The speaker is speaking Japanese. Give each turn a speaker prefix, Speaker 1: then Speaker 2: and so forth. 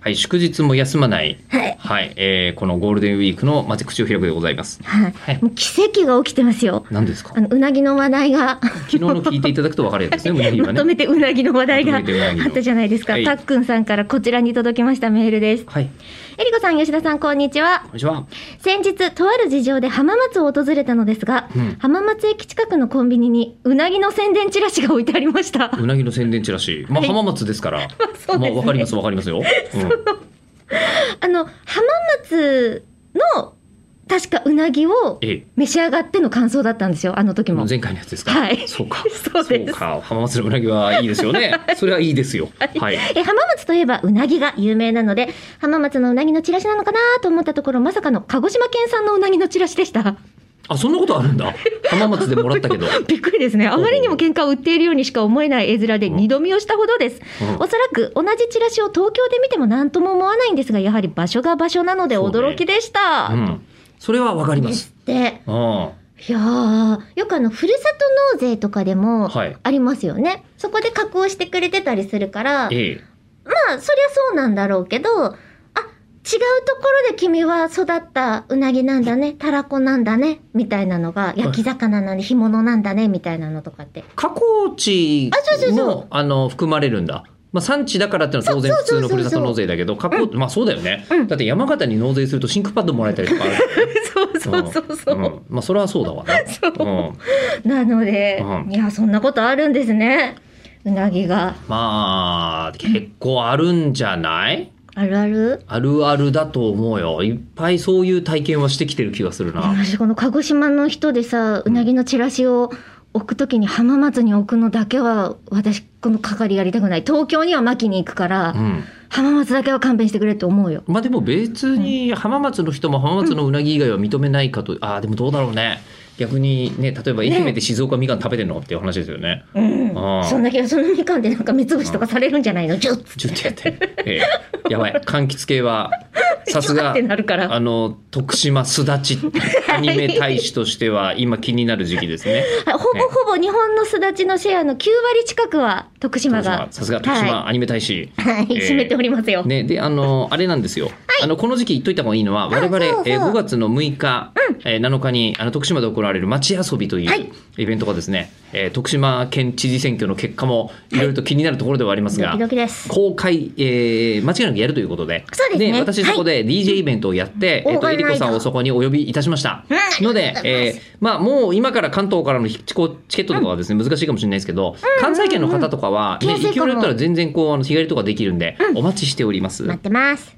Speaker 1: はい、祝日も休まない、
Speaker 2: はい。
Speaker 1: はい、えーこのゴールデンウィークの、まず口を開くでございます。
Speaker 2: はい。
Speaker 1: はい。
Speaker 2: もう奇跡が起きてますよ。
Speaker 1: 何ですか
Speaker 2: あの、うなぎの話題が、
Speaker 1: 昨日の聞いていただくと分かるやつです ね、うなぎは
Speaker 2: まと
Speaker 1: ね。
Speaker 2: めてうなぎの話題が
Speaker 1: ま
Speaker 2: あ
Speaker 1: とめてうなぎの
Speaker 2: ったじゃないですか
Speaker 1: は。い
Speaker 2: たっくんさんからこちらに届きましたメールです。
Speaker 1: はい、
Speaker 2: えりこさん、吉田さん、こんにちは
Speaker 1: こ。んにちは。
Speaker 2: 先日、とある事情で浜松を訪れたのですが、
Speaker 1: うん
Speaker 2: 浜松駅近くのコンビニにうなぎの宣伝チラシが置いてありました。
Speaker 1: うなぎの宣伝チラシ、まあ、
Speaker 2: はい
Speaker 1: 浜松ですから。
Speaker 2: そうですね
Speaker 1: まあ、分かります、分かりますよ。うん
Speaker 2: あの、浜松の、確かうなぎを
Speaker 1: え
Speaker 2: 召し上がっての感想だったんですよ、あの時
Speaker 1: え、
Speaker 2: も。
Speaker 1: 前回のやつですか。
Speaker 2: はい
Speaker 1: そうか。
Speaker 2: そうです
Speaker 1: か、浜松のうなぎはいいですよね。それはいいですよ。はい。
Speaker 2: え浜松といえばうなぎが有名なので浜松のうなぎのチラシなのかなと思ったところまさかの鹿児島県産のうなぎのチラシでした
Speaker 1: あ、そんなことあるんだ。浜松でもらったけど。
Speaker 2: びっくりですねあまりにも喧嘩を売っているようにしか思えない絵面で
Speaker 1: うん
Speaker 2: 二度見をしたほどです、
Speaker 1: うん
Speaker 2: おそらく同じチラシを東京で見ても何とも思わないんですがやはり場所が場所なので
Speaker 1: そうね
Speaker 2: 驚きでした、
Speaker 1: うん。それは分かりま。
Speaker 2: ですって
Speaker 1: うん。はい
Speaker 2: やーよくあのふるさと納税とかでも
Speaker 1: い。
Speaker 2: ありますよねそこで加工してくれてたりするから
Speaker 1: ええ。
Speaker 2: まあそりゃそうなんだろうけどあ違うところで君は育ったうなぎなんだねたらこなんだねみたいなのが焼き魚なんで干物なんだねみたいなのとかって
Speaker 1: 加工地
Speaker 2: あそうそうそう
Speaker 1: もあの含まれるんだ。まあ、産地だからってのは当然
Speaker 2: そう
Speaker 1: 普
Speaker 2: そ
Speaker 1: 通
Speaker 2: うそ
Speaker 1: の
Speaker 2: う
Speaker 1: ふ
Speaker 2: そう
Speaker 1: るさと納税だけど加工、まあそうだよね、
Speaker 2: うん
Speaker 1: だって山形に納税するとシンクパッドもらえたりとかある
Speaker 2: そう そうそうそう、
Speaker 1: ん、まあそれはそうだわな、
Speaker 2: そう
Speaker 1: うん、
Speaker 2: なので、
Speaker 1: うん
Speaker 2: いやそんなことあるんですねうなぎが
Speaker 1: まあ結構あるんじゃない
Speaker 2: あるある
Speaker 1: あるあるだと思うよいっぱいそういう体験はしてきてる気がする
Speaker 2: いや
Speaker 1: な
Speaker 2: 私この鹿児島の人でさうなぎのチラシを置くときに浜松に置くのだけは私この係やりたくない東京には巻きに行くから、
Speaker 1: うん
Speaker 2: 浜松だけは勘弁してくれって思うよ
Speaker 1: まあでも別に浜松の人も浜松のうなぎ以外は認めないかと、ああでもどうだろうね逆にね例えば愛媛で静岡みかん食べてるのっていう話ですよね
Speaker 2: うん
Speaker 1: ああ
Speaker 2: そんだけそのみかんでなんか目つぶしとかされるんじゃないのジュッつ
Speaker 1: ちょっとやって、ええ、やばい柑橘系 はさす
Speaker 2: ジュッっ
Speaker 1: が
Speaker 2: てなるから
Speaker 1: あの徳島すだちアニメ大使としては今気になる時期ですね
Speaker 2: ほぼほぼ日本のすだちのシェアの9割近くは徳島が
Speaker 1: さすが徳島アニメ大使、
Speaker 2: はい、はい
Speaker 1: ええ
Speaker 2: 占めておりますよ、
Speaker 1: ね、であ のあれなんですよ、あのこの時期言っといた方がいいのは我々
Speaker 2: そうそう
Speaker 1: えー5月の6日、えー7日にあの徳島で行われる町遊びとい
Speaker 2: はいう
Speaker 1: イベントがですね、えー徳島県知事選挙の結果もいろいろと気になるところではあります
Speaker 2: ド
Speaker 1: が、
Speaker 2: キドキです
Speaker 1: 公開、えー間違いなくやるということで
Speaker 2: そうですね
Speaker 1: 私そこで DJ イベントをやって、
Speaker 2: うん
Speaker 1: えっと
Speaker 2: オーガナ
Speaker 1: え
Speaker 2: イザ
Speaker 1: り
Speaker 2: ー
Speaker 1: こさんをそこにお呼びいたしました、
Speaker 2: うん
Speaker 1: ので
Speaker 2: あ、りがとうござい
Speaker 1: えーまあ、もう今から関東からのチコチケットとかはですね、難しいかもしれないですけど、関西圏の方とかは、ね
Speaker 2: 来やすいかも
Speaker 1: 勢いによったら全然こうあの日帰りとかできるんで、お待ちしております、
Speaker 2: 待ってます